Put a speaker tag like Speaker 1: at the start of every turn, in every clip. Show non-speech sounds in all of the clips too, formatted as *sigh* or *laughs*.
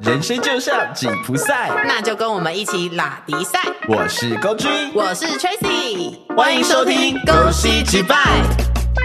Speaker 1: 人生就像紧箍赛。
Speaker 2: 那就跟我们一起拉迪赛。
Speaker 1: 我是高君，
Speaker 2: 我是 Tracy，
Speaker 1: 欢迎收听《
Speaker 2: 恭
Speaker 1: 恭
Speaker 2: 喜
Speaker 1: 喜击
Speaker 2: 击
Speaker 1: 败
Speaker 2: 败》。》。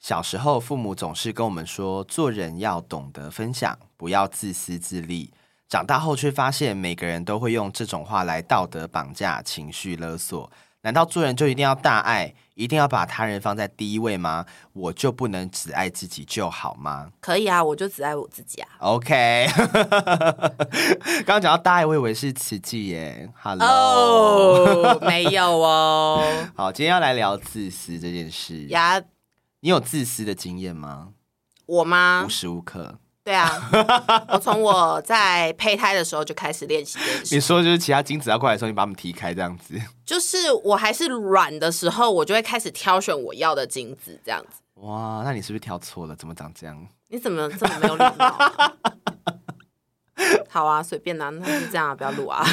Speaker 1: 小时候，父母总是跟我们说，做人要懂得分享，不要自私自利。长大后却发现，每个人都会用这种话来道德绑架、情绪勒索。难道做人就一定要大爱，一定要把他人放在第一位吗？我就不能只爱自己就好吗？
Speaker 2: 可以啊，我就只爱我自己啊。
Speaker 1: OK，刚刚讲到大爱，我以为是慈济耶。Hello，、
Speaker 2: 哦，没有
Speaker 1: *laughs*
Speaker 2: 哦，
Speaker 1: 好，今天要来聊自私这件事。
Speaker 2: 呀，
Speaker 1: 你有自私的经验吗？
Speaker 2: 我吗
Speaker 1: 无？时无刻，
Speaker 2: 对啊，我从我在胚胎的时候就开始练习这件事
Speaker 1: 你。说就是其他精子要过来的时候，你把他们踢开这样子。
Speaker 2: 就是我还是软的时候，我就会开始挑选我要的精子，这样子。
Speaker 1: 哇，那你是不是挑错了？怎么长这样？
Speaker 2: 你怎么这么没有礼貌
Speaker 1: *laughs*
Speaker 2: 啊、好啊，随便啦、那就这样啊，不要录
Speaker 1: *laughs*
Speaker 2: 啊。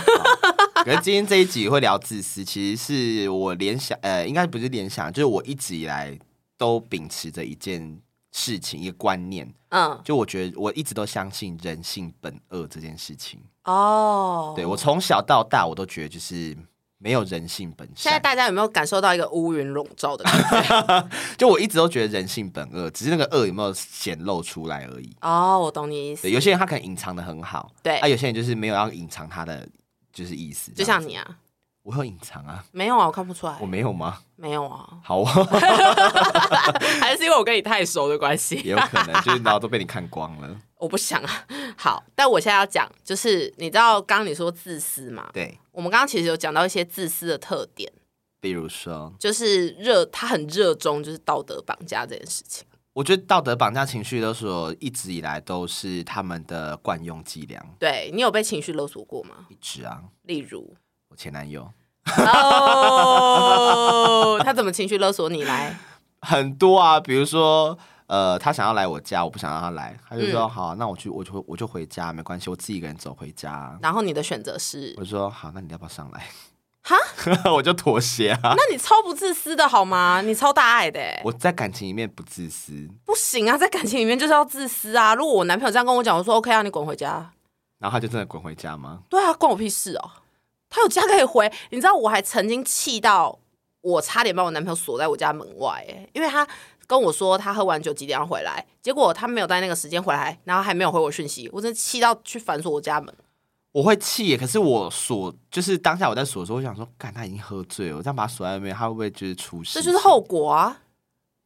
Speaker 1: 可是今天这一集会聊自私，其实是我联想，呃，应该不是联想，就是我一直以来都秉持着一件事情，一个观念，
Speaker 2: 嗯，
Speaker 1: 就我觉得我一直都相信人性本恶这件事情。
Speaker 2: 哦，
Speaker 1: 对我从小到大，我都觉得就是没有人性本
Speaker 2: 现在
Speaker 1: 善。
Speaker 2: 大家有没有感受到一个乌云笼罩的感
Speaker 1: *laughs*
Speaker 2: 觉？
Speaker 1: 就我一直都觉得人性本恶，只是那个恶有没有显露出来而已。
Speaker 2: 哦，我懂你意思
Speaker 1: 对，。有些人他可能隐藏的很好，
Speaker 2: 对
Speaker 1: 啊，有些人就是没有要隐藏他的就是意思。
Speaker 2: 就
Speaker 1: 这样
Speaker 2: 像
Speaker 1: 子
Speaker 2: 你啊，
Speaker 1: 我有隐藏啊，
Speaker 2: 没有啊，我看不出来
Speaker 1: 我，没有吗？
Speaker 2: 没有
Speaker 1: *laughs*
Speaker 2: 啊，
Speaker 1: 好啊，
Speaker 2: 还是因为我跟你太熟的关
Speaker 1: 也 *laughs*
Speaker 2: 系，
Speaker 1: 有可能就是脑都被你看光了。
Speaker 2: 我不想啊。好，但我现在要讲，就是你知道刚刚你说自私嘛？
Speaker 1: 对，
Speaker 2: 我们刚刚其实有讲到一些自私的特点。
Speaker 1: 比如说，
Speaker 2: 就是热，他很热衷就是道德绑架这件事情。
Speaker 1: 我觉得道德绑架、情绪勒索一直以来都是他们的惯用伎俩，
Speaker 2: 对你有被情绪勒索过吗？
Speaker 1: 一直啊。
Speaker 2: 例
Speaker 1: *laughs*
Speaker 2: 如，
Speaker 1: 我前男友
Speaker 2: 哦，他怎么情绪勒索你来？
Speaker 1: 很多啊，比如说，呃，他想要来我家，我不想让他来，他就说、
Speaker 2: 嗯
Speaker 1: 好，啊那我去，我就我就回家，没关系，我自己一个人走回家。啊
Speaker 2: 然后你的选择是
Speaker 1: 我，就说好，那你要不要上来？
Speaker 2: 哈，
Speaker 1: *laughs* 我就妥协啊。
Speaker 2: 那你超不自私的好吗？你超大爱的欸、
Speaker 1: 我在感情里面不自私，
Speaker 2: 不行啊，在感情里面就是要自私啊。如果我男朋友这样跟我讲，我说 OK 啊，你滚回家。
Speaker 1: 然后他就真的滚回家吗？
Speaker 2: 对啊，关我屁事哦。他有家可以回，你知道我还曾经气到我差点把我男朋友锁在我家门外、欸，因为他跟我说他喝完酒几点要回来，结果他没有在那个时间回来，然后还没有回我讯息，我真的气到去反锁我家门。
Speaker 1: 我会气耶，可是我锁就是当下我在锁的时候，我想说，干他已经喝醉了，我这样把他锁在外面，他会不会就是出事
Speaker 2: 这
Speaker 1: 情？
Speaker 2: 就是后果啊！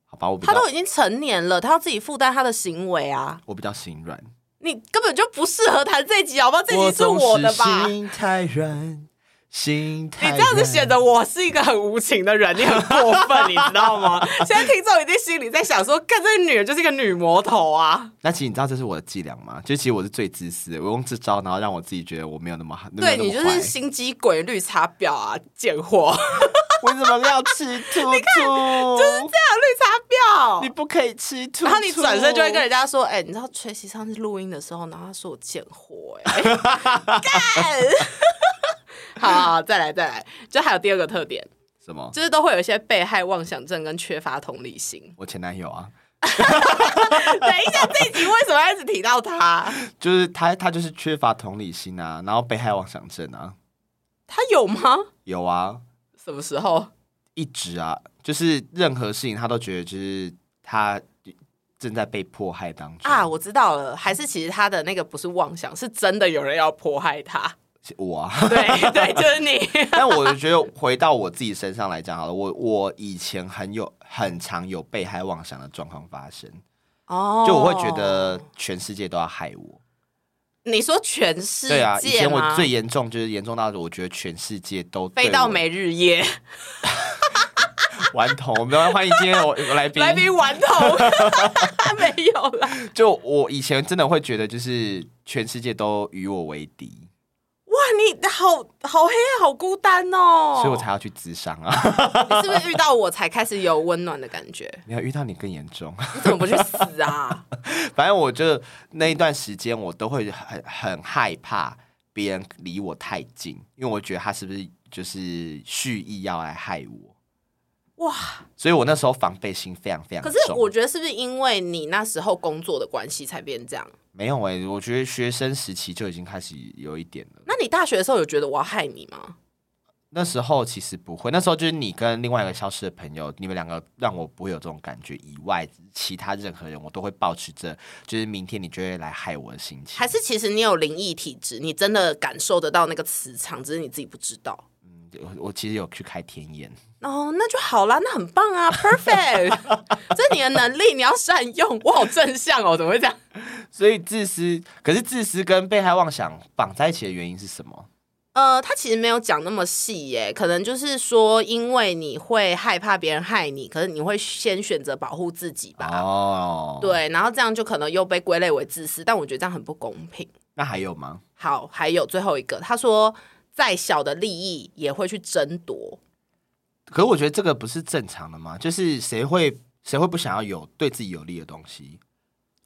Speaker 1: 好吧，我比
Speaker 2: 他
Speaker 1: 较
Speaker 2: 都已经成年了，他要自己负担他的行为啊！
Speaker 1: 我比较心软，
Speaker 2: 你根本就不适合谈这一集，好不好？这一集是
Speaker 1: 总
Speaker 2: 我的吧？
Speaker 1: 是心太软，心太
Speaker 2: 你
Speaker 1: 软
Speaker 2: 这样子显得我是一个很无情的人，你很过分，你知道吗？ *laughs* 现在听众一定心里在想说，看这个女人就是一个女魔头啊！
Speaker 1: 那其实你知道这是我的伎俩吗？就其实我是最自私的，我用这招，然后让我自己觉得我没有那么好。
Speaker 2: 对
Speaker 1: 没
Speaker 2: 你
Speaker 1: 有
Speaker 2: 就
Speaker 1: 那么坏 *laughs*
Speaker 2: 是心机鬼、绿茶婊啊，贱货！
Speaker 1: 为什么要吃兔兔？就是这样，
Speaker 2: 啊，绿
Speaker 1: 你哦
Speaker 2: 茶婊！
Speaker 1: 不可以吃兔兔。
Speaker 2: 然后你转身就会跟人家说：“哎、你知道崔西上次录音的时候，然后他说我贱货、
Speaker 1: *laughs*
Speaker 2: 哎，干！好好，好再来再来，就还有第二个特点，
Speaker 1: 什么？。
Speaker 2: 就是都会有一些被害妄想症跟缺乏同理心
Speaker 1: 我前男友啊，
Speaker 2: *laughs* 等一下，这一集为什么要一直提到他？
Speaker 1: 就是他，他就是缺乏同理心啊，然后被害妄想症啊，
Speaker 2: 他有吗？
Speaker 1: 有啊，
Speaker 2: 什么时候？
Speaker 1: 一直啊，就是任何事情他都觉得就是他正在被迫害当中
Speaker 2: 啊，我知道了，还是其实他的那个不是妄想，是真的有人要迫害
Speaker 1: *laughs*
Speaker 2: 他。
Speaker 1: 我啊，
Speaker 2: 对对，就
Speaker 1: *laughs*
Speaker 2: 是你。
Speaker 1: 但我觉得回到我自己身上来讲好了，我我以前很有很常有被害妄想的状况发生，
Speaker 2: 哦
Speaker 1: 就我会觉得全世界都要害我。
Speaker 2: 你说全世界
Speaker 1: 对啊，以前我
Speaker 2: 吗
Speaker 1: 最严重就是严重到我觉得全世界都对
Speaker 2: 飞到
Speaker 1: 我
Speaker 2: 没日夜，
Speaker 1: 顽童。我们要欢迎今天我我来宾，
Speaker 2: *laughs* 来宾顽
Speaker 1: *laughs*
Speaker 2: 童没有啦。
Speaker 1: 就我以前真的会觉得就是全世界都与我为敌，
Speaker 2: 哇，你好好黑暗，好孤单哦。
Speaker 1: 所以我才要去咨商啊。 *laughs*
Speaker 2: 你是不是遇到我才开始有温暖的感觉？
Speaker 1: 没有遇到你更严重。 *laughs*
Speaker 2: 你怎么不去死啊？
Speaker 1: 反正我就那一段时间，我都会很很害怕别人离我太近，因为我觉得他是不是就是蓄意要来害我，
Speaker 2: 哇！
Speaker 1: 所以我那时候防备心非常非常
Speaker 2: 可
Speaker 1: 重。
Speaker 2: 是我觉得是不是因为你那时候工作的关系才变这样？
Speaker 1: 没有哎、我觉得学生时期就已经开始有一点了。
Speaker 2: 那你大学的时候有觉得我要害你吗？
Speaker 1: 那时候其实不会，那时候就是你跟另外一个消失的朋友，你们两个让我不会有这种感觉。以外，其他任何人我都会保持着，就是明天你就会来害我的心情。
Speaker 2: 还是其实你有灵异体质，你真的感受得到那个磁场，只是你自己不知道。
Speaker 1: 我我其实有去开天眼，
Speaker 2: 哦，那就好啦，那很棒 *laughs* 啊，perfect，这 *laughs* 是你的能力，你要善用。我好正向哦，怎么会这样？
Speaker 1: 所以自私，可是自私跟被害妄想绑在一起的原因是什么？
Speaker 2: 呃，他其实没有讲那么细耶，可能就是说，因为你会害怕别人害你，可是你会先选择保护自己吧。
Speaker 1: 哦，，
Speaker 2: 啊对，然后这样就可能又被归类为自私，但我觉得这样很不公平。
Speaker 1: 那还有吗？
Speaker 2: 好，还有最后一个，他说再小的利益也会去争夺。
Speaker 1: 可是我觉得这个不是正常的吗？就是谁会谁会不想要有对自己有利的东西？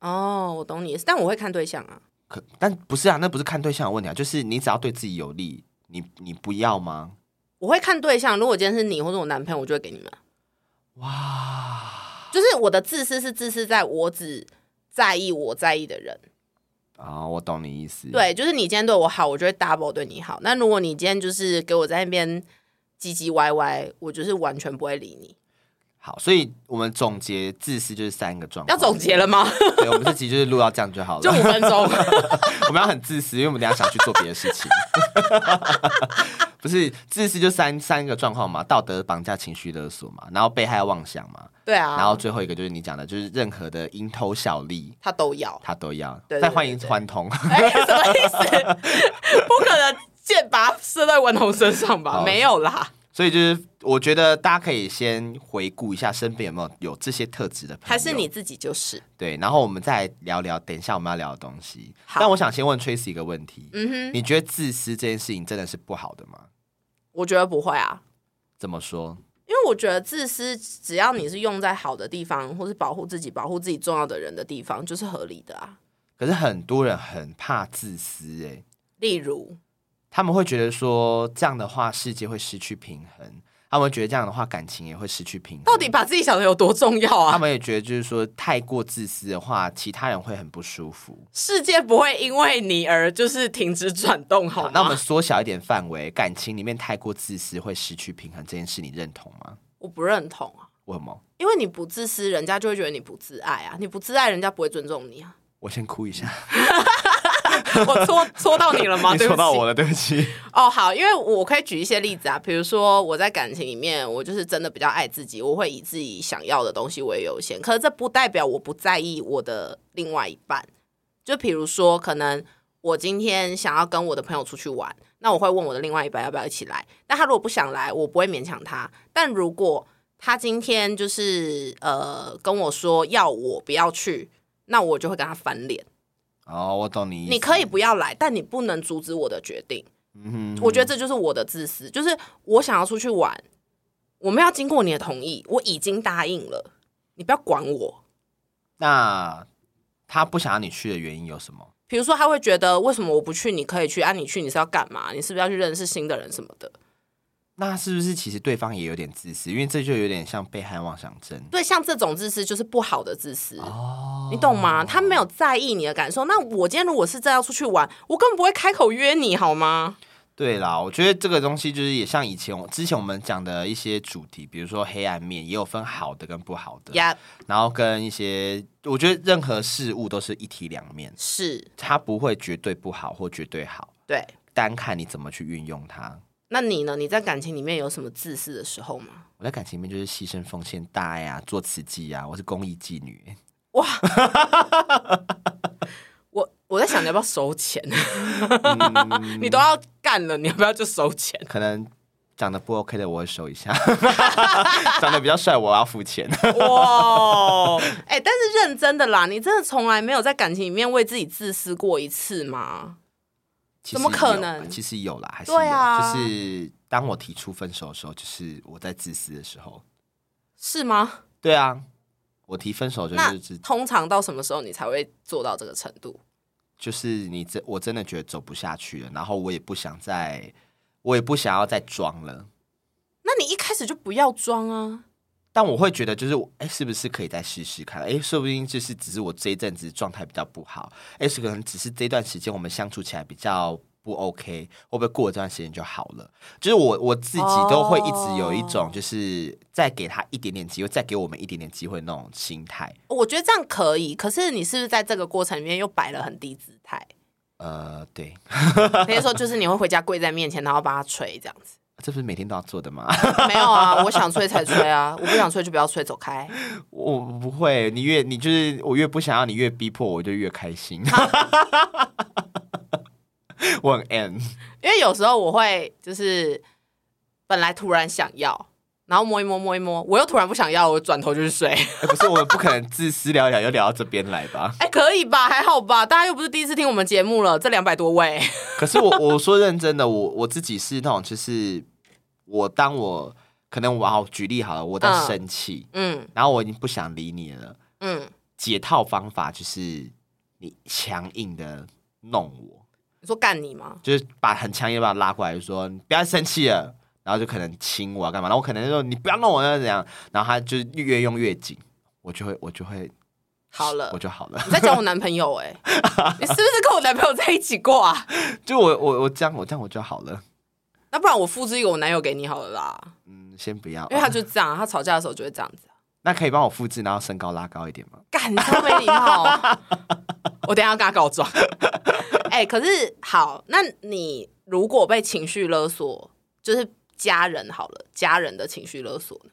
Speaker 2: 哦，我懂你意思，但我会看对象啊。
Speaker 1: 可但不是啊，那不是看对象的问题啊，就是你只要对自己有利，你你不要吗？
Speaker 2: 我会看对象，如果今天是你或者我男朋友，我就会给你们。
Speaker 1: 哇！
Speaker 2: 就是我的自私是自私在我只在意我在意的人。
Speaker 1: 啊、我懂你意思。，
Speaker 2: 对，就是你今天对我好，我就会 double 对你好。那如果你今天就是给我在那边唧唧歪歪，我就是完全不会理你。
Speaker 1: 好，所以我们总结自私就是三个状
Speaker 2: 要
Speaker 1: 况。
Speaker 2: 总结
Speaker 1: *laughs*
Speaker 2: 了吗？
Speaker 1: 对，我们这集就是录到这样就好了。
Speaker 2: 就五分
Speaker 1: *laughs*
Speaker 2: 钟。
Speaker 1: 我们要很自私，因为我们等一下想去做别的事情。 *laughs* 不是自私就三三个状况嘛，道德绑架、情绪勒索嘛，然后被害妄想嘛，
Speaker 2: 对啊，
Speaker 1: 然后最后一个就是你讲的，就是任何的蝇头小利。
Speaker 2: 他都要
Speaker 1: 他都要。
Speaker 2: 对对对
Speaker 1: 再欢迎欢童，
Speaker 2: 哎、什么意
Speaker 1: *laughs*
Speaker 2: 思？不可能箭靶射在顽童身上吧？
Speaker 1: 好
Speaker 2: 没有啦，
Speaker 1: *laughs* 所以就是我觉得大家可以先回顾一下身边有没有有这些特质的朋友，
Speaker 2: 还是你自己就是。
Speaker 1: 对，然后我们再聊聊等一下我们要聊的东西。
Speaker 2: 好
Speaker 1: 但我想先问 Tracy 一个问题，
Speaker 2: 嗯哼，
Speaker 1: 你觉得自私这件事情真的是不好的吗？
Speaker 2: 我觉得不会啊，
Speaker 1: 怎么说？
Speaker 2: 因为我觉得自私，只要你是用在好的地方，或是保护自己、保护自己重要的人的地方，就是合理的啊。
Speaker 1: 可是很多人很怕自私、欸，
Speaker 2: 例如，
Speaker 1: 他们会觉得说这样的话世界会失去平衡，他们会觉得这样的话感情也会失去平衡。
Speaker 2: 到底把自己想的有多重要啊
Speaker 1: 他？们也觉得就是说太过自私的话，其他人会很不舒服。
Speaker 2: 世界不会因为你而就是停止转动，好啊吗？
Speaker 1: 那我们缩小一点范围，感情里面太过自私会失去平衡这件事，你认同吗？
Speaker 2: 我不认同啊，
Speaker 1: 为什么？
Speaker 2: 因为你不自私，人家就会觉得你不自爱啊，你不自爱，人家不会尊重你啊。
Speaker 1: 我先哭一下，
Speaker 2: 我戳戳到你了吗？
Speaker 1: *laughs* 你
Speaker 2: 啊对不
Speaker 1: 说
Speaker 2: 起
Speaker 1: 到我了，对不起。
Speaker 2: 哦，好，因为我可以举一些例子啊，比如说我在感情里面，我就是真的比较爱自己，我会以自己想要的东西为优先。可是这不代表我不在意我的另外一半。就比如说，可能我今天想要跟我的朋友出去玩，那我会问我的另外一半要不要一起来。但他如果不想来，我不会勉强他。但如果他今天就是呃跟我说要我不要去，那我就会跟他翻脸。
Speaker 1: 哦，我懂你意思。
Speaker 2: 你可以不要来，但你不能阻止我的决定。
Speaker 1: 嗯哼，
Speaker 2: 我觉得这就是我的自私，就是我想要出去玩，我们要经过你的同意，我已经答应了，你不要管我。
Speaker 1: 那他不想让你去的原因有什么？
Speaker 2: 比如说，他会觉得为什么我不去，你可以去啊？你去你是要干嘛？你是不是要去认识新的人什么的？
Speaker 1: 那是不是其实对方也有点自私？因为这就有点像被害妄想症。
Speaker 2: 对，像这种自私就是不好的自私，
Speaker 1: 哦
Speaker 2: 你懂吗？他没有在意你的感受。那我今天如果是真的要出去玩，我根本不会开口约你好吗？
Speaker 1: 对啦，我觉得这个东西就是也像以前我之前我们讲的一些主题，比如说黑暗面，也有分好的跟不好的，
Speaker 2: 呀、
Speaker 1: 然后跟一些我觉得任何事物都是一体两面，
Speaker 2: 是
Speaker 1: 它不会绝对不好或绝对好，
Speaker 2: 对。
Speaker 1: 单看你怎么去运用它。
Speaker 2: 那你呢？你在感情里面有什么自私的时候吗？
Speaker 1: 我在感情里面就是牺牲奉献大爱啊，做慈济啊，我是公益妓女。
Speaker 2: 我我在想你要不要收钱， *laughs* 你都要干了，你要不要就收钱？
Speaker 1: 可能长得不 OK 的我会收一下， *laughs* 长得比较帅我要付钱。
Speaker 2: 哇，哎、但是认真的啦，你真的从来没有在感情里面为自己自私过一次吗？
Speaker 1: 其实
Speaker 2: *laughs* 怎么可
Speaker 1: 有
Speaker 2: 能
Speaker 1: 其实有啦，还是有。
Speaker 2: 对啊
Speaker 1: 就是当我提出分手的时候，就是我在自私的时候。
Speaker 2: 是吗？
Speaker 1: 对啊，我提分手就
Speaker 2: 那
Speaker 1: 是自
Speaker 2: 通常到什么时候你才会做到这个程度？
Speaker 1: 就是你真我真的觉得走不下去了，然后我也不想再我也不想要再装了。
Speaker 2: 那你一开始就不要装啊！
Speaker 1: 但我会觉得，就是哎，诶是不是可以再试试看？哎，说不定就是只是我这一阵子状态比较不好，哎，是可能只是这段时间我们相处起来比较不 OK，会不会过了这段时间就好了？就是我我自己都会一直有一种，就是再给他一点点机会，再给我们一点点机会那种心态。
Speaker 2: 我觉得这样可以，可是你是不是在这个过程里面又摆了很低姿态？
Speaker 1: 呃，对，
Speaker 2: 那时候就是你会回家跪在面前，然后帮他吹这样子。
Speaker 1: 这不是每天都要做的吗？ *laughs*
Speaker 2: 没有啊，我想吹才吹啊，我不想吹就不要吹，走开。
Speaker 1: 我我不会，你越你就是我越不想要你越逼迫我，我就越开心。 *laughs* 我很 N，
Speaker 2: 因为有时候我会就是本来突然想要，然后摸一摸摸一摸，我又突然不想要，我转头就去睡。
Speaker 1: 哎不是我们不可能自私聊一聊又聊到这边来吧？
Speaker 2: *laughs*
Speaker 1: *laughs*
Speaker 2: 哎、可以吧？还好吧？大家又不是第一次听我们节目了，这两百多位。
Speaker 1: 可是我我说认真的，我我自己是那种，就是我当我可能我好举例好了，我在
Speaker 2: 嗯
Speaker 1: 生气，
Speaker 2: *laughs* 嗯
Speaker 1: 然后我已经不想理你了，
Speaker 2: 嗯，
Speaker 1: 解套方法就是你强硬的弄我，
Speaker 2: 你说干你吗？
Speaker 1: 就是把很强硬的把他拉过来，就说你不要生气了。然后就可能亲我啊，干嘛？然后我可能就说你不要弄我，那怎样？然后他就越用越紧，我就会我就会
Speaker 2: 好了
Speaker 1: 我，就好了。 *laughs*
Speaker 2: 你在讲我男朋友哎、你是不是跟我男朋友在一起过啊？
Speaker 1: 就我我我这样我这样我就好了。
Speaker 2: 那不然我复制一个我男友给你好了啦，
Speaker 1: 嗯，先不要
Speaker 2: 因。为他就这样，他吵架的时候就会这样子。
Speaker 1: 那可以帮我复制，然后身高拉高一点吗？
Speaker 2: 干，你超没礼貌。哦 *laughs* 我等一下要跟他告状。 *laughs* 哎、可是好，那你如果被情绪勒索，就是家人好了，家人的情绪勒索呢？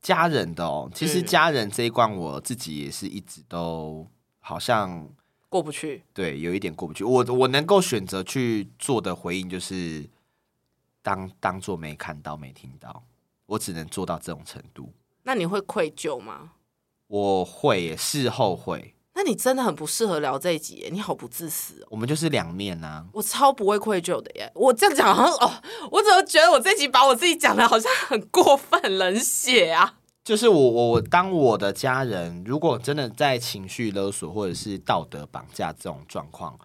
Speaker 1: 家人的哦，其实
Speaker 2: 嗯
Speaker 1: 家人这一关我自己也是一直都好像
Speaker 2: 过不去。
Speaker 1: 对有一点过不去。我我能够选择去做的回应就是当当做没看到没听到，我只能做到这种程度。
Speaker 2: 那你会愧疚吗？
Speaker 1: 我会耶事后会，
Speaker 2: 那你真的很不适合聊这一集耶，你好不自私哦。
Speaker 1: 我们就是两面啊。
Speaker 2: 我超不会愧疚的耶！我这样讲好像哦，我怎么觉得我这集把我自己讲的好像很过分冷血啊？
Speaker 1: 就是我我我当我的家人如果真的在情绪勒索或者是道德绑架这种状况，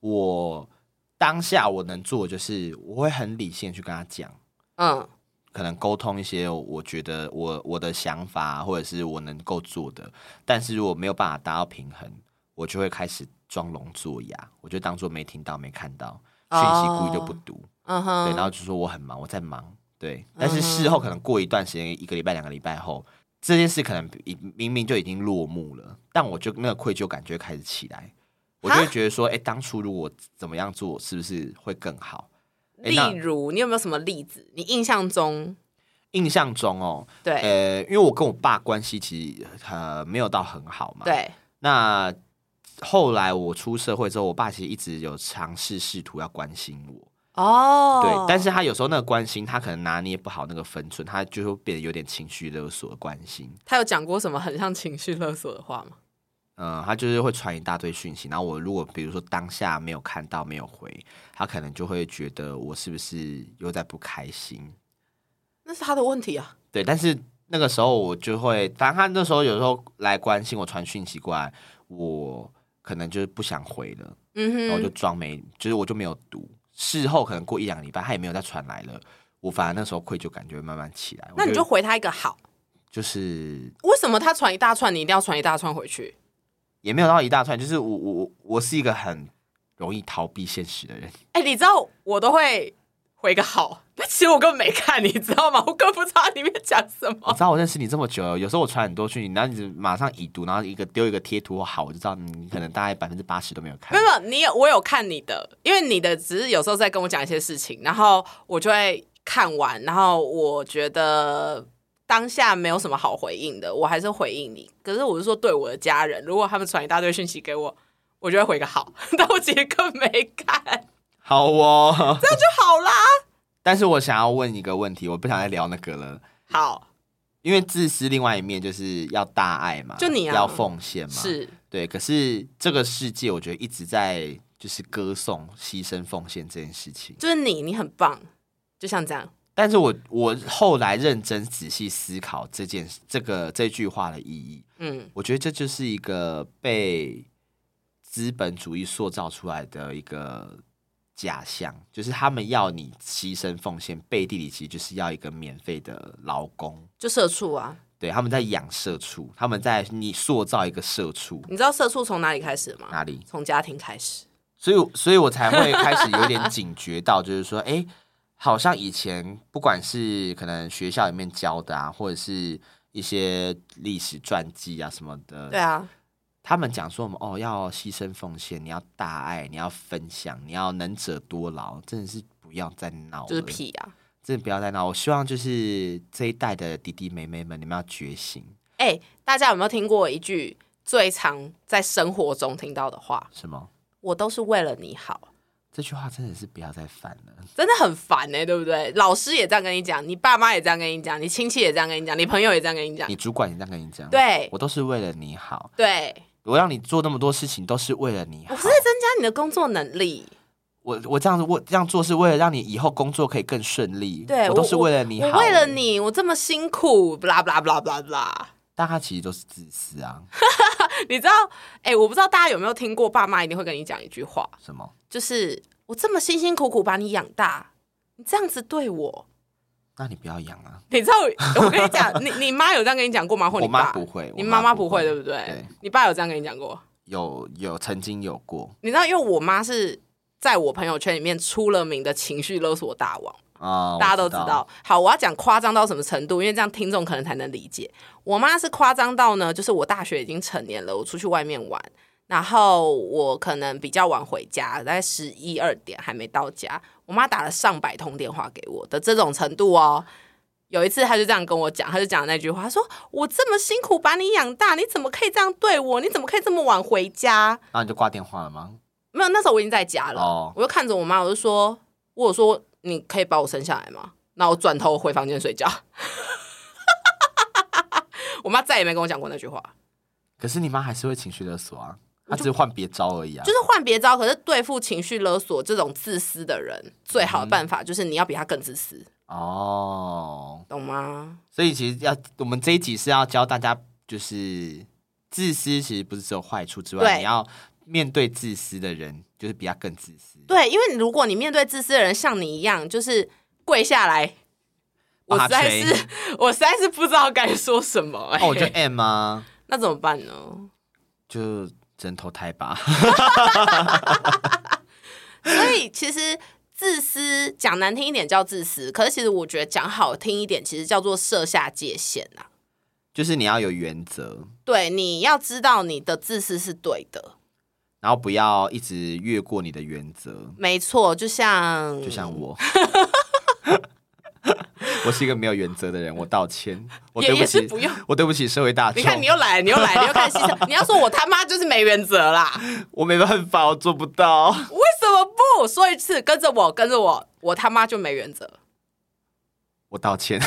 Speaker 1: 我当下我能做的就是我会很理性地去跟他讲。
Speaker 2: 嗯，
Speaker 1: 可能沟通一些我觉得我我的想法或者是我能够做的，但是如果没有办法达到平衡，我就会开始装聋作哑，我就当做没听到没看到，讯息故意就不读，
Speaker 2: 嗯
Speaker 1: 对，然
Speaker 2: 哼，
Speaker 1: 后就说我很忙，我在忙，对，但是事后可
Speaker 2: 嗯
Speaker 1: 能过一段时间，一个礼拜两个礼拜后，这件事可能已明明就已经落幕了，但我就那个愧疚感就会开始起来，我就会觉得说，哎、当初如果我怎么样做，是不是会更好？诶那
Speaker 2: 例如你有没有什么例子？你印象中
Speaker 1: 印象中哦，
Speaker 2: 对、
Speaker 1: 呃，因为我跟我爸关系其实呃没有到很好嘛。。
Speaker 2: 对，
Speaker 1: 那后来我出社会之后，我爸其实一直有尝试试图要关心我，
Speaker 2: 哦，
Speaker 1: 对。但是他有时候那个关心，他可能拿捏不好那个分寸，他就会变得有点情绪勒索的关心。
Speaker 2: 他有讲过什么很像情绪勒索的话吗？
Speaker 1: 嗯，他就是会传一大堆讯息，然后我如果比如说当下没有看到没有回，他可能就会觉得我是不是又在不开心，
Speaker 2: 那是他的问题啊。
Speaker 1: 对，但是那个时候我就会，当他那时候有时候来关心我，传讯息过来，我可能就是不想回了，
Speaker 2: 嗯哼，
Speaker 1: 然后我就装没，就是我就没有读。事后可能过一两个礼拜，他也没有再传来了，我反而那时候愧疚感就会慢慢起来。
Speaker 2: 那你
Speaker 1: 我
Speaker 2: 就回他一个好。
Speaker 1: 就是
Speaker 2: 为什么他传一大串，你一定要传一大串回去？
Speaker 1: 也没有到一大串，就是我我我我是一个很容易逃避现实的人，
Speaker 2: 哎、你知道我都会回个好，那其实我根本没看，你知道吗？我根本不知道里面讲什
Speaker 1: 我
Speaker 2: 么。
Speaker 1: 知道我认识你这么久，有时候我传很多讯息，然后你马上已读，然后一个丢一个贴图好，我就知道你可能大概百分之八十都没有看
Speaker 2: *laughs* 没有，。没有你有我有看你的，因为你的只是有时候在跟我讲一些事情，然后我就会看完，然后我觉得当下没有什么好回应的，我还是回应你。可是我是说对我的家人，如果他们传一大堆讯息给我，我就会回个好， *laughs* 但我其实根本没看
Speaker 1: 好哦。
Speaker 2: 就好啦。
Speaker 1: *laughs* 但是我想要问一个问题，我不想再聊那个了，
Speaker 2: 好，
Speaker 1: 因为自私另外一面就是要大爱嘛，
Speaker 2: 就你啊
Speaker 1: 要奉献嘛，
Speaker 2: 是
Speaker 1: 对。可是这个世界，我觉得一直在就是歌颂牺牲奉献这件事情。
Speaker 2: 就是你，你很棒，就像这样。
Speaker 1: 但是我我后来认真仔细思考这件这个这句话的意义，
Speaker 2: 嗯，
Speaker 1: 我觉得这就是一个被资本主义塑造出来的一个假象，就是他们要你牺牲奉献，背地里其实就是要一个免费的劳工。
Speaker 2: 就社畜啊。
Speaker 1: 对，他们在养社畜，他们在你塑造一个社畜
Speaker 2: 你知道社畜从哪里开始吗？
Speaker 1: 哪里？
Speaker 2: 从家庭开始。
Speaker 1: 所以，所以我才会开始有点警觉到，就是说，哎、好像以前不管是可能学校里面教的啊，或者是一些历史传记啊什么的，
Speaker 2: 对啊，
Speaker 1: 他们讲说我们哦要牺牲奉献，你要大爱，你要分享，你要能者多劳，真的是不要再闹了，
Speaker 2: 就是屁啊。
Speaker 1: 真的不要再闹。我希望就是这一代的弟弟妹妹们，你们要觉醒，
Speaker 2: 哎、大家有没有听过一句最常在生活中听到的话？
Speaker 1: 什么？
Speaker 2: 我都是为了你好，
Speaker 1: 这句话真的是不要再犯了。
Speaker 2: 真的很烦哎、对不对？老师也这样跟你讲，你爸妈也这样跟你讲，你亲戚也这样跟你讲，你朋友也这样跟你讲
Speaker 1: 你，主管也这样跟你讲，
Speaker 2: 对
Speaker 1: 我都是为了你好，
Speaker 2: 对，
Speaker 1: 我让你做那么多事情都是为了你好
Speaker 2: 我。是在增加你的工作能力。
Speaker 1: 我我这样子我这样做是为了让你以后工作可以更顺利，
Speaker 2: 对
Speaker 1: 我都是为了你好，
Speaker 2: 我为了。你，我这么辛苦，不啦不啦不啦不啦不啦。
Speaker 1: 但他其实都是自私啊，
Speaker 2: 你知道，哎、我不知道大家有没有听过，爸妈一定会跟你讲一句话，
Speaker 1: 什么？
Speaker 2: 就是我这么辛辛苦苦把你养大，你这样子对我，
Speaker 1: 那你不要养啊，
Speaker 2: 你知道，我跟你讲，
Speaker 1: *laughs*
Speaker 2: 你你妈有这样跟你讲过吗？或
Speaker 1: 我
Speaker 2: 你爸
Speaker 1: 妈不会，
Speaker 2: 你
Speaker 1: 我
Speaker 2: 妈妈不
Speaker 1: 不
Speaker 2: 会，对不对？
Speaker 1: 对
Speaker 2: 你爸有这样跟你讲过？
Speaker 1: 有有曾经有过
Speaker 2: 你知道，因为我妈是在我朋友圈里面出了名的情绪勒索大王，
Speaker 1: 啊，我
Speaker 2: 大家都知道。好，哦我要讲夸张到什么程度，因为这样听众可能才能理解。我妈是夸张到呢，就是我大学已经成年了，我出去外面玩，然后我可能比较晚回家，大概十一二点还没到家，我妈打了上百通电话给我的这种程度哦。有一次，她就这样跟我讲，她就讲那句话，她说：“我这么辛苦把你养大，你怎么可以这样对我？你怎么可以这么晚回家
Speaker 1: 然后你就挂电话了吗？？”
Speaker 2: 没有，那时候我已经在家了。
Speaker 1: 哦，
Speaker 2: 我就看着我妈，我就说，我有说你可以把我生下来吗？然后我转头回房间睡觉。 *laughs* 我妈再也没跟我讲过那句话，
Speaker 1: 可是你妈还是会情绪勒索啊，她只是换别招而已啊，
Speaker 2: 就是换别招。可是对付情绪勒索这种自私的人，最好的
Speaker 1: 嗯
Speaker 2: 办法就是你要比他更自私，
Speaker 1: 哦。
Speaker 2: 懂吗？
Speaker 1: 所以其实要我们这一集是要教大家，就是自私其实不是只有坏处之外，
Speaker 2: 对
Speaker 1: 你要面对自私的人，就是比他更自私，
Speaker 2: 对，因为如果你面对自私的人像你一样，就是跪下来，我
Speaker 1: 把
Speaker 2: 实
Speaker 1: 他
Speaker 2: 在
Speaker 1: 捶
Speaker 2: 是 *laughs* 我实在是不知道该说什么、哎、
Speaker 1: 哦，我就 M 啊，
Speaker 2: 那怎么办呢？
Speaker 1: 就只能投胎吧。 *laughs*
Speaker 2: 所以其实自私讲难听一点叫自私，可是其实我觉得讲好听一点，其实叫做设下界限啊。
Speaker 1: 就是你要有原则，
Speaker 2: 对，你要知道你的自私是对的，
Speaker 1: 然后不要一直越过你的原则。
Speaker 2: 没错。就像
Speaker 1: 就像我，我是一个没有原则的人，我道歉， *laughs* 我
Speaker 2: 也
Speaker 1: 对
Speaker 2: 也
Speaker 1: 起
Speaker 2: 是，不
Speaker 1: *laughs*
Speaker 2: 用。
Speaker 1: 我对不起社会大众。
Speaker 2: 你看，你又来了，你又
Speaker 1: *laughs*
Speaker 2: 来了，你又开始牺牲。你要说我他妈就是没原则啦？
Speaker 1: 我没办法，我做不到。 *laughs*
Speaker 2: 为什么不说一次？跟着我，跟着我，我他妈就没原则。 *laughs*
Speaker 1: 我道歉， *laughs*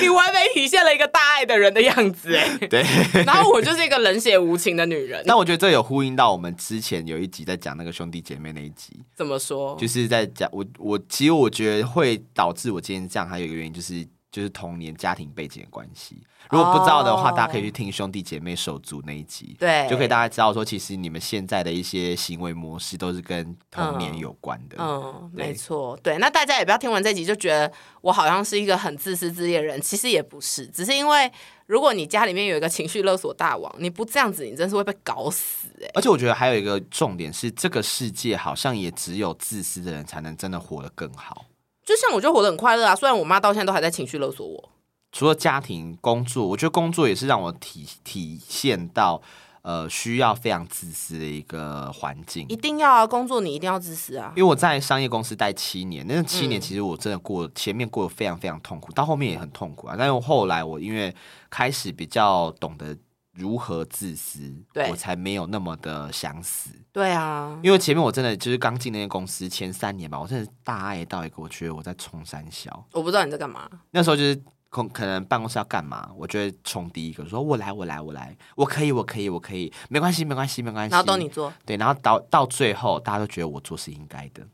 Speaker 2: 你完美体现了一个大爱的人的样子、哎。
Speaker 1: *laughs* 对。
Speaker 2: 然后我就是一个冷血无情的
Speaker 1: *laughs*
Speaker 2: 女人。
Speaker 1: 但我觉得这有呼应到我们之前有一集在讲那个兄弟姐妹那一集，
Speaker 2: 怎么说？
Speaker 1: 就是在讲我我其实我觉得会导致我今天这样，还有一个原因就是就是童年家庭背景的关系。如果不知道的话，
Speaker 2: 哦
Speaker 1: 大家可以去听兄弟姐妹手足那一集，
Speaker 2: 对
Speaker 1: 就可以大家知道说，其实你们现在的一些行为模式都是跟童年有关的。
Speaker 2: 嗯，
Speaker 1: 对
Speaker 2: 没错，对。那大家也不要听完这集就觉得我好像是一个很自私自利的人，其实也不是，只是因为如果你家里面有一个情绪勒索大王，你不这样子，你真是会被搞死哎、
Speaker 1: 而且我觉得还有一个重点是，这个世界好像也只有自私的人才能真的活得更好。
Speaker 2: 就像我就活得很快乐啊，虽然我妈到现在都还在情绪勒索我，
Speaker 1: 除了家庭、工作，我觉得工作也是让我体体现到，呃，需要非常自私的一个环境
Speaker 2: 一。定要啊，工作你一定要自私啊
Speaker 1: 因。为我在商业公司待七年，那七
Speaker 2: 嗯
Speaker 1: 年其实我真的过、前面过得非常非常痛苦，到后面也很痛苦啊。但是后来我因为开始比较懂得如何自私，
Speaker 2: 对
Speaker 1: 我才没有那么的想死。
Speaker 2: 对啊，
Speaker 1: 因为前面我真的就是刚进那间公司前三年吧，我真的大爱到一个，我觉得我在冲三小。
Speaker 2: 我不知道你在干嘛，
Speaker 1: 那时候就是可可能办公室要干嘛，我就会冲第一个，说我来，我来，我来，我可以，我可以，我可以，没关系，没关系，没关系。
Speaker 2: 然后都你做，
Speaker 1: 对，然后到到最后，大家都觉得我做是应该
Speaker 2: *laughs*
Speaker 1: 的，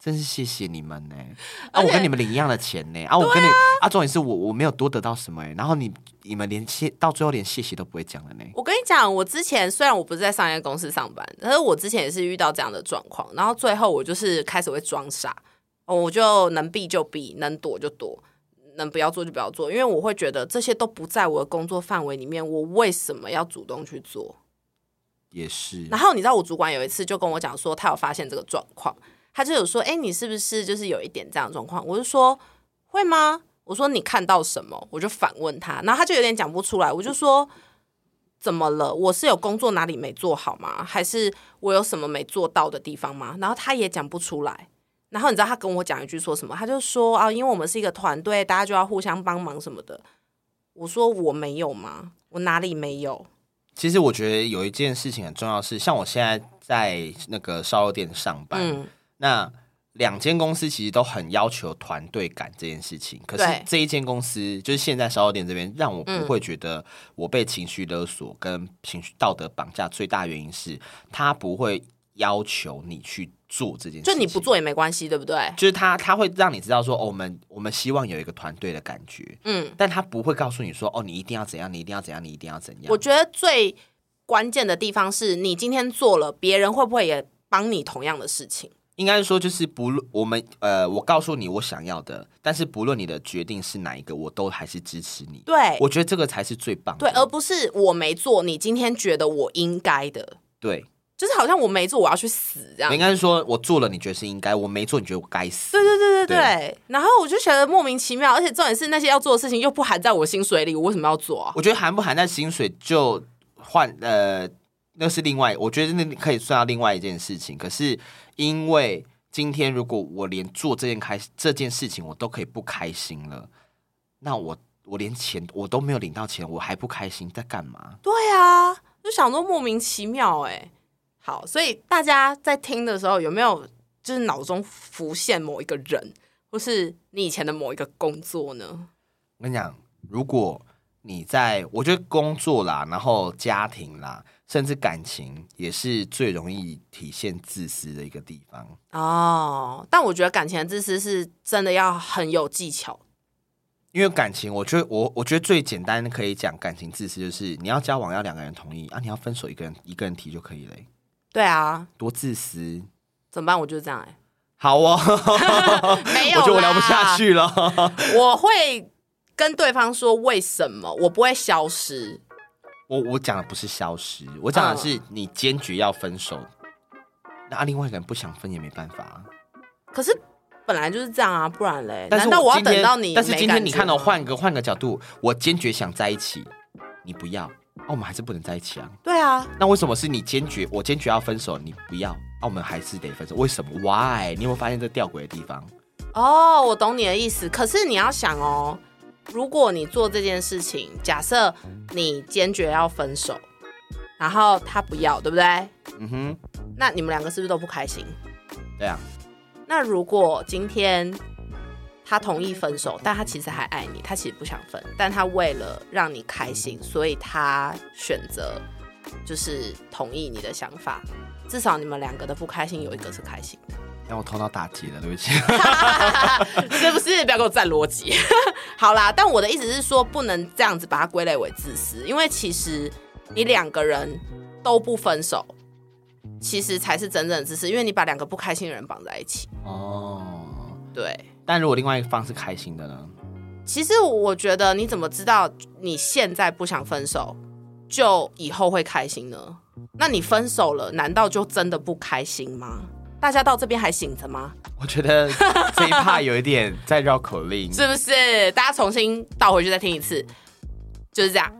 Speaker 1: 真是谢谢你们呢、啊，
Speaker 2: 而
Speaker 1: 啊
Speaker 2: 且
Speaker 1: 我跟你们领一样的钱呢、啊，我跟你啊，重点是我我没有多得到什么、欸，然后你你们连谢到最后连谢谢都不会讲了呢。
Speaker 2: 我跟你讲，我之前虽然我不是在上一个公司上班，但是我之前也是遇到这样的状况，然后最后我就是开始会装傻，哦我就能避就避，能躲就躲，能不要做就不要做，因为我会觉得这些都不在我的工作范围里面，我为什么要主动去做？
Speaker 1: 也是
Speaker 2: 然，后你知道，我主管有一次就跟我讲说，他有发现这个状况，他就有说：“哎、你是不是就是有一点这样的状况？”我就说：“会吗？”我说：“你看到什么？”我就反问他，然后他就有点讲不出来，我就说。怎么了？我是有工作哪里没做好吗？还是我有什么没做到的地方吗？然后他也讲不出来。然后你知道他跟我讲一句说什么？他就说啊，因为我们是一个团队，大家就要互相帮忙什么的。我说我没有吗？我哪里没有？
Speaker 1: 其实我觉得有一件事情很重要是，像我现在在那个烧肉店上班，
Speaker 2: 嗯，
Speaker 1: 那两间公司其实都很要求团队感这件事情，可是
Speaker 2: 对嗯
Speaker 1: 这一间公司就是现在烧肉店这边，让我不会觉得我被情绪勒索跟情绪道德绑架。最大原因是他不会要求你去做这件事
Speaker 2: 就
Speaker 1: 情，
Speaker 2: 你不。做也没关系，对不对？
Speaker 1: 就是他，他会让你知道说，哦，我们我们希望有一个团队的感觉，
Speaker 2: 嗯，
Speaker 1: 但他不会告诉你说，哦，你一定要怎样，你一定要怎样，你一定要怎样。
Speaker 2: 我觉得最关键的地方是你今天做了，别人会不会也帮你同样的事情？
Speaker 1: 应该说就是不论我们呃，我告诉你我想要的，但是不论你的决定是哪一个，我都还是支持你。
Speaker 2: 对
Speaker 1: 我觉得这个才是最棒的。
Speaker 2: 对，而不是我没做，你今天觉得我应该的，
Speaker 1: 对，
Speaker 2: 就是好像我没做，我要去死这样
Speaker 1: 应。该是说我做了，你觉得是应该；我没做，你觉得我该死
Speaker 2: 对。对对对对，
Speaker 1: 对
Speaker 2: 然后我就觉得莫名其妙，而且重点是那些要做的事情又不含在我薪水里，我为什么要做啊？
Speaker 1: 我觉得含不含在薪水就换呃，那是另外，我觉得那可以算到另外一件事情。可是因为今天如果我连做这件开这件事情我都可以不开心了，那我我连钱我都没有领到钱，我还不开心，在干嘛？
Speaker 2: 对啊，就想说莫名其妙哎、好，所以大家在听的时候有没有就是脑中浮现某一个人，或是你以前的某一个工作呢？
Speaker 1: 我跟你讲，如果你在，我觉得工作啦，然后家庭啦，甚至感情，也是最容易体现自私的一个地方。
Speaker 2: 哦，但我觉得感情的自私是真的要很有技巧。
Speaker 1: 因为感情，我觉得我我觉得最简单可以讲感情自私，就是你要交往要两个人同意啊，你要分手一个人一个人提就可以了欸、
Speaker 2: 对啊，
Speaker 1: 多自私。
Speaker 2: 怎么办？我就是这样哎、
Speaker 1: 好哦，
Speaker 2: 没有，
Speaker 1: 我觉得我聊不下。去了。
Speaker 2: 我会跟对方说为什么，我不会消失。
Speaker 1: 我我讲的不是消失，我讲的
Speaker 2: 嗯
Speaker 1: 是你坚决要分手，那、啊、另外一个人不想分也没办法啊、
Speaker 2: 可是本来就是这样啊，不然嘞？
Speaker 1: 但是
Speaker 2: 难道
Speaker 1: 我
Speaker 2: 要
Speaker 1: 今天
Speaker 2: 等到你？
Speaker 1: 但是今天你看到、换个换个角度，我坚决想在一起，你不要，那、我们还是不能在一起啊。
Speaker 2: 对啊，
Speaker 1: 那为什么是你坚决，我坚决要分手，你不要，那、我们还是得分手？为什么？Why？你有没有发现这吊诡的地方？
Speaker 2: 哦，我懂你的意思。可是你要想哦，如果你做这件事情，假设你坚决要分手，然后他不要，对不对？
Speaker 1: 嗯哼，
Speaker 2: 那你们两个是不是都不开心？
Speaker 1: 对啊，
Speaker 2: 那如果今天他同意分手，但他其实还爱你，他其实不想分，但他为了让你开心，所以他选择就是同意你的想法。至少你们两个的不开心有一个是开 *laughs* 心
Speaker 1: 让我头脑打结了，对不起。 *laughs*
Speaker 2: 的，是不是？不要给我站逻辑。 *laughs* 好啦，但我的意思是说，不能这样子把它归类为自私，因为其实你两个人都不分手，其实才是真正的自私，因为你把两个不开心的人绑在一起。
Speaker 1: 哦，
Speaker 2: 对，
Speaker 1: 但如果另外一方是开心的呢？
Speaker 2: 其实我觉得，你怎么知道你现在不想分手，就以后会开心呢？那你分手了，难道就真的不开心吗？大家到这边还醒着吗？
Speaker 1: 我觉得这一趴有一点在绕口令。
Speaker 2: 是不是？大家重新倒回去再听一次，就
Speaker 1: *laughs*
Speaker 2: 是这样。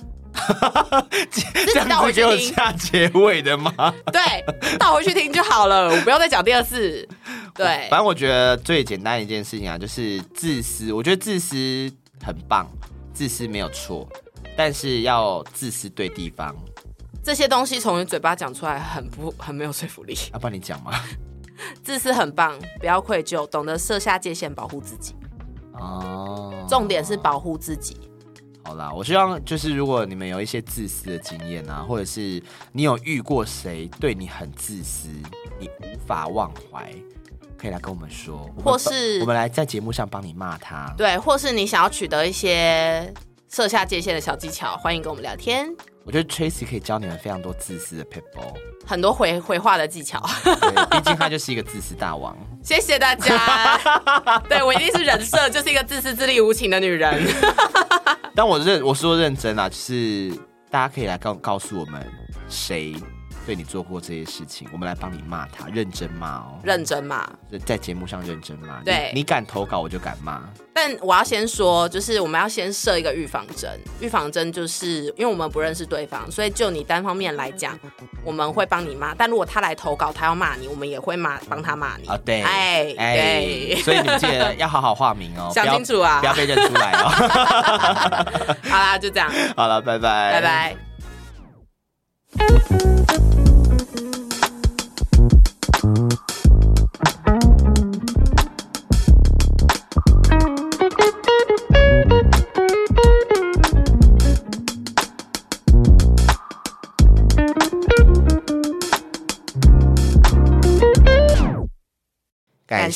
Speaker 2: 自
Speaker 1: 这
Speaker 2: 己倒
Speaker 1: 样
Speaker 2: 回
Speaker 1: 子
Speaker 2: 去
Speaker 1: 给我
Speaker 2: 听，
Speaker 1: 下结尾的吗？
Speaker 2: 对，倒回去听就好了，我不要再讲第二次。对
Speaker 1: 反，正我觉得最简单的一件事情啊，就是自私。我觉得自私很棒，自私没有错，但是要自私对地方。
Speaker 2: 这些东西从你嘴巴讲出来很不很没有说服力。
Speaker 1: 要、啊不然你讲嘛？
Speaker 2: 自私很棒，不要愧疚，懂得设下界限，保护自己。
Speaker 1: 哦，
Speaker 2: 重点是保护自己。
Speaker 1: 好啦，我希望就是如果你们有一些自私的经验啊，或者是你有遇过谁对你很自私，你无法忘怀，可以来跟我们说，我们
Speaker 2: 或是
Speaker 1: 我们来在节目上帮你骂他。
Speaker 2: 对，或是你想要取得一些设下界限的小技巧，欢迎跟我们聊天。
Speaker 1: 我觉得 Tracy 可以教你们非常多自私的 people，
Speaker 2: 很多回回话的技巧， *laughs*
Speaker 1: 对毕竟他就是一个自私大王。
Speaker 2: 谢谢大家。对我一定是人设就是一个自私自利无情的女人。
Speaker 1: 但我认我说认真啦，啊就是大家可以来告告诉我们谁对你做过这些事情，我们来帮你骂他，认真骂哦，
Speaker 2: 认真嘛。
Speaker 1: 就在节目上认真骂。你
Speaker 2: 对
Speaker 1: 你敢投稿我就敢骂。
Speaker 2: 但我要先说，就是我们要先设一个预防针。预防针就是因为我们不认识对方，所以就你单方面来讲，我们会帮你骂。但如果他来投稿，他要骂你，我们也会骂，帮他骂你。
Speaker 1: 啊，对，
Speaker 2: 哎对 *laughs*
Speaker 1: 所以你们记得要好好化名哦，
Speaker 2: 想
Speaker 1: 不要
Speaker 2: 清楚啊
Speaker 1: 不要被认出来
Speaker 2: *laughs*
Speaker 1: 哦。
Speaker 2: 好啦，就这样，
Speaker 1: 好了，拜拜，
Speaker 2: 拜拜。
Speaker 1: 感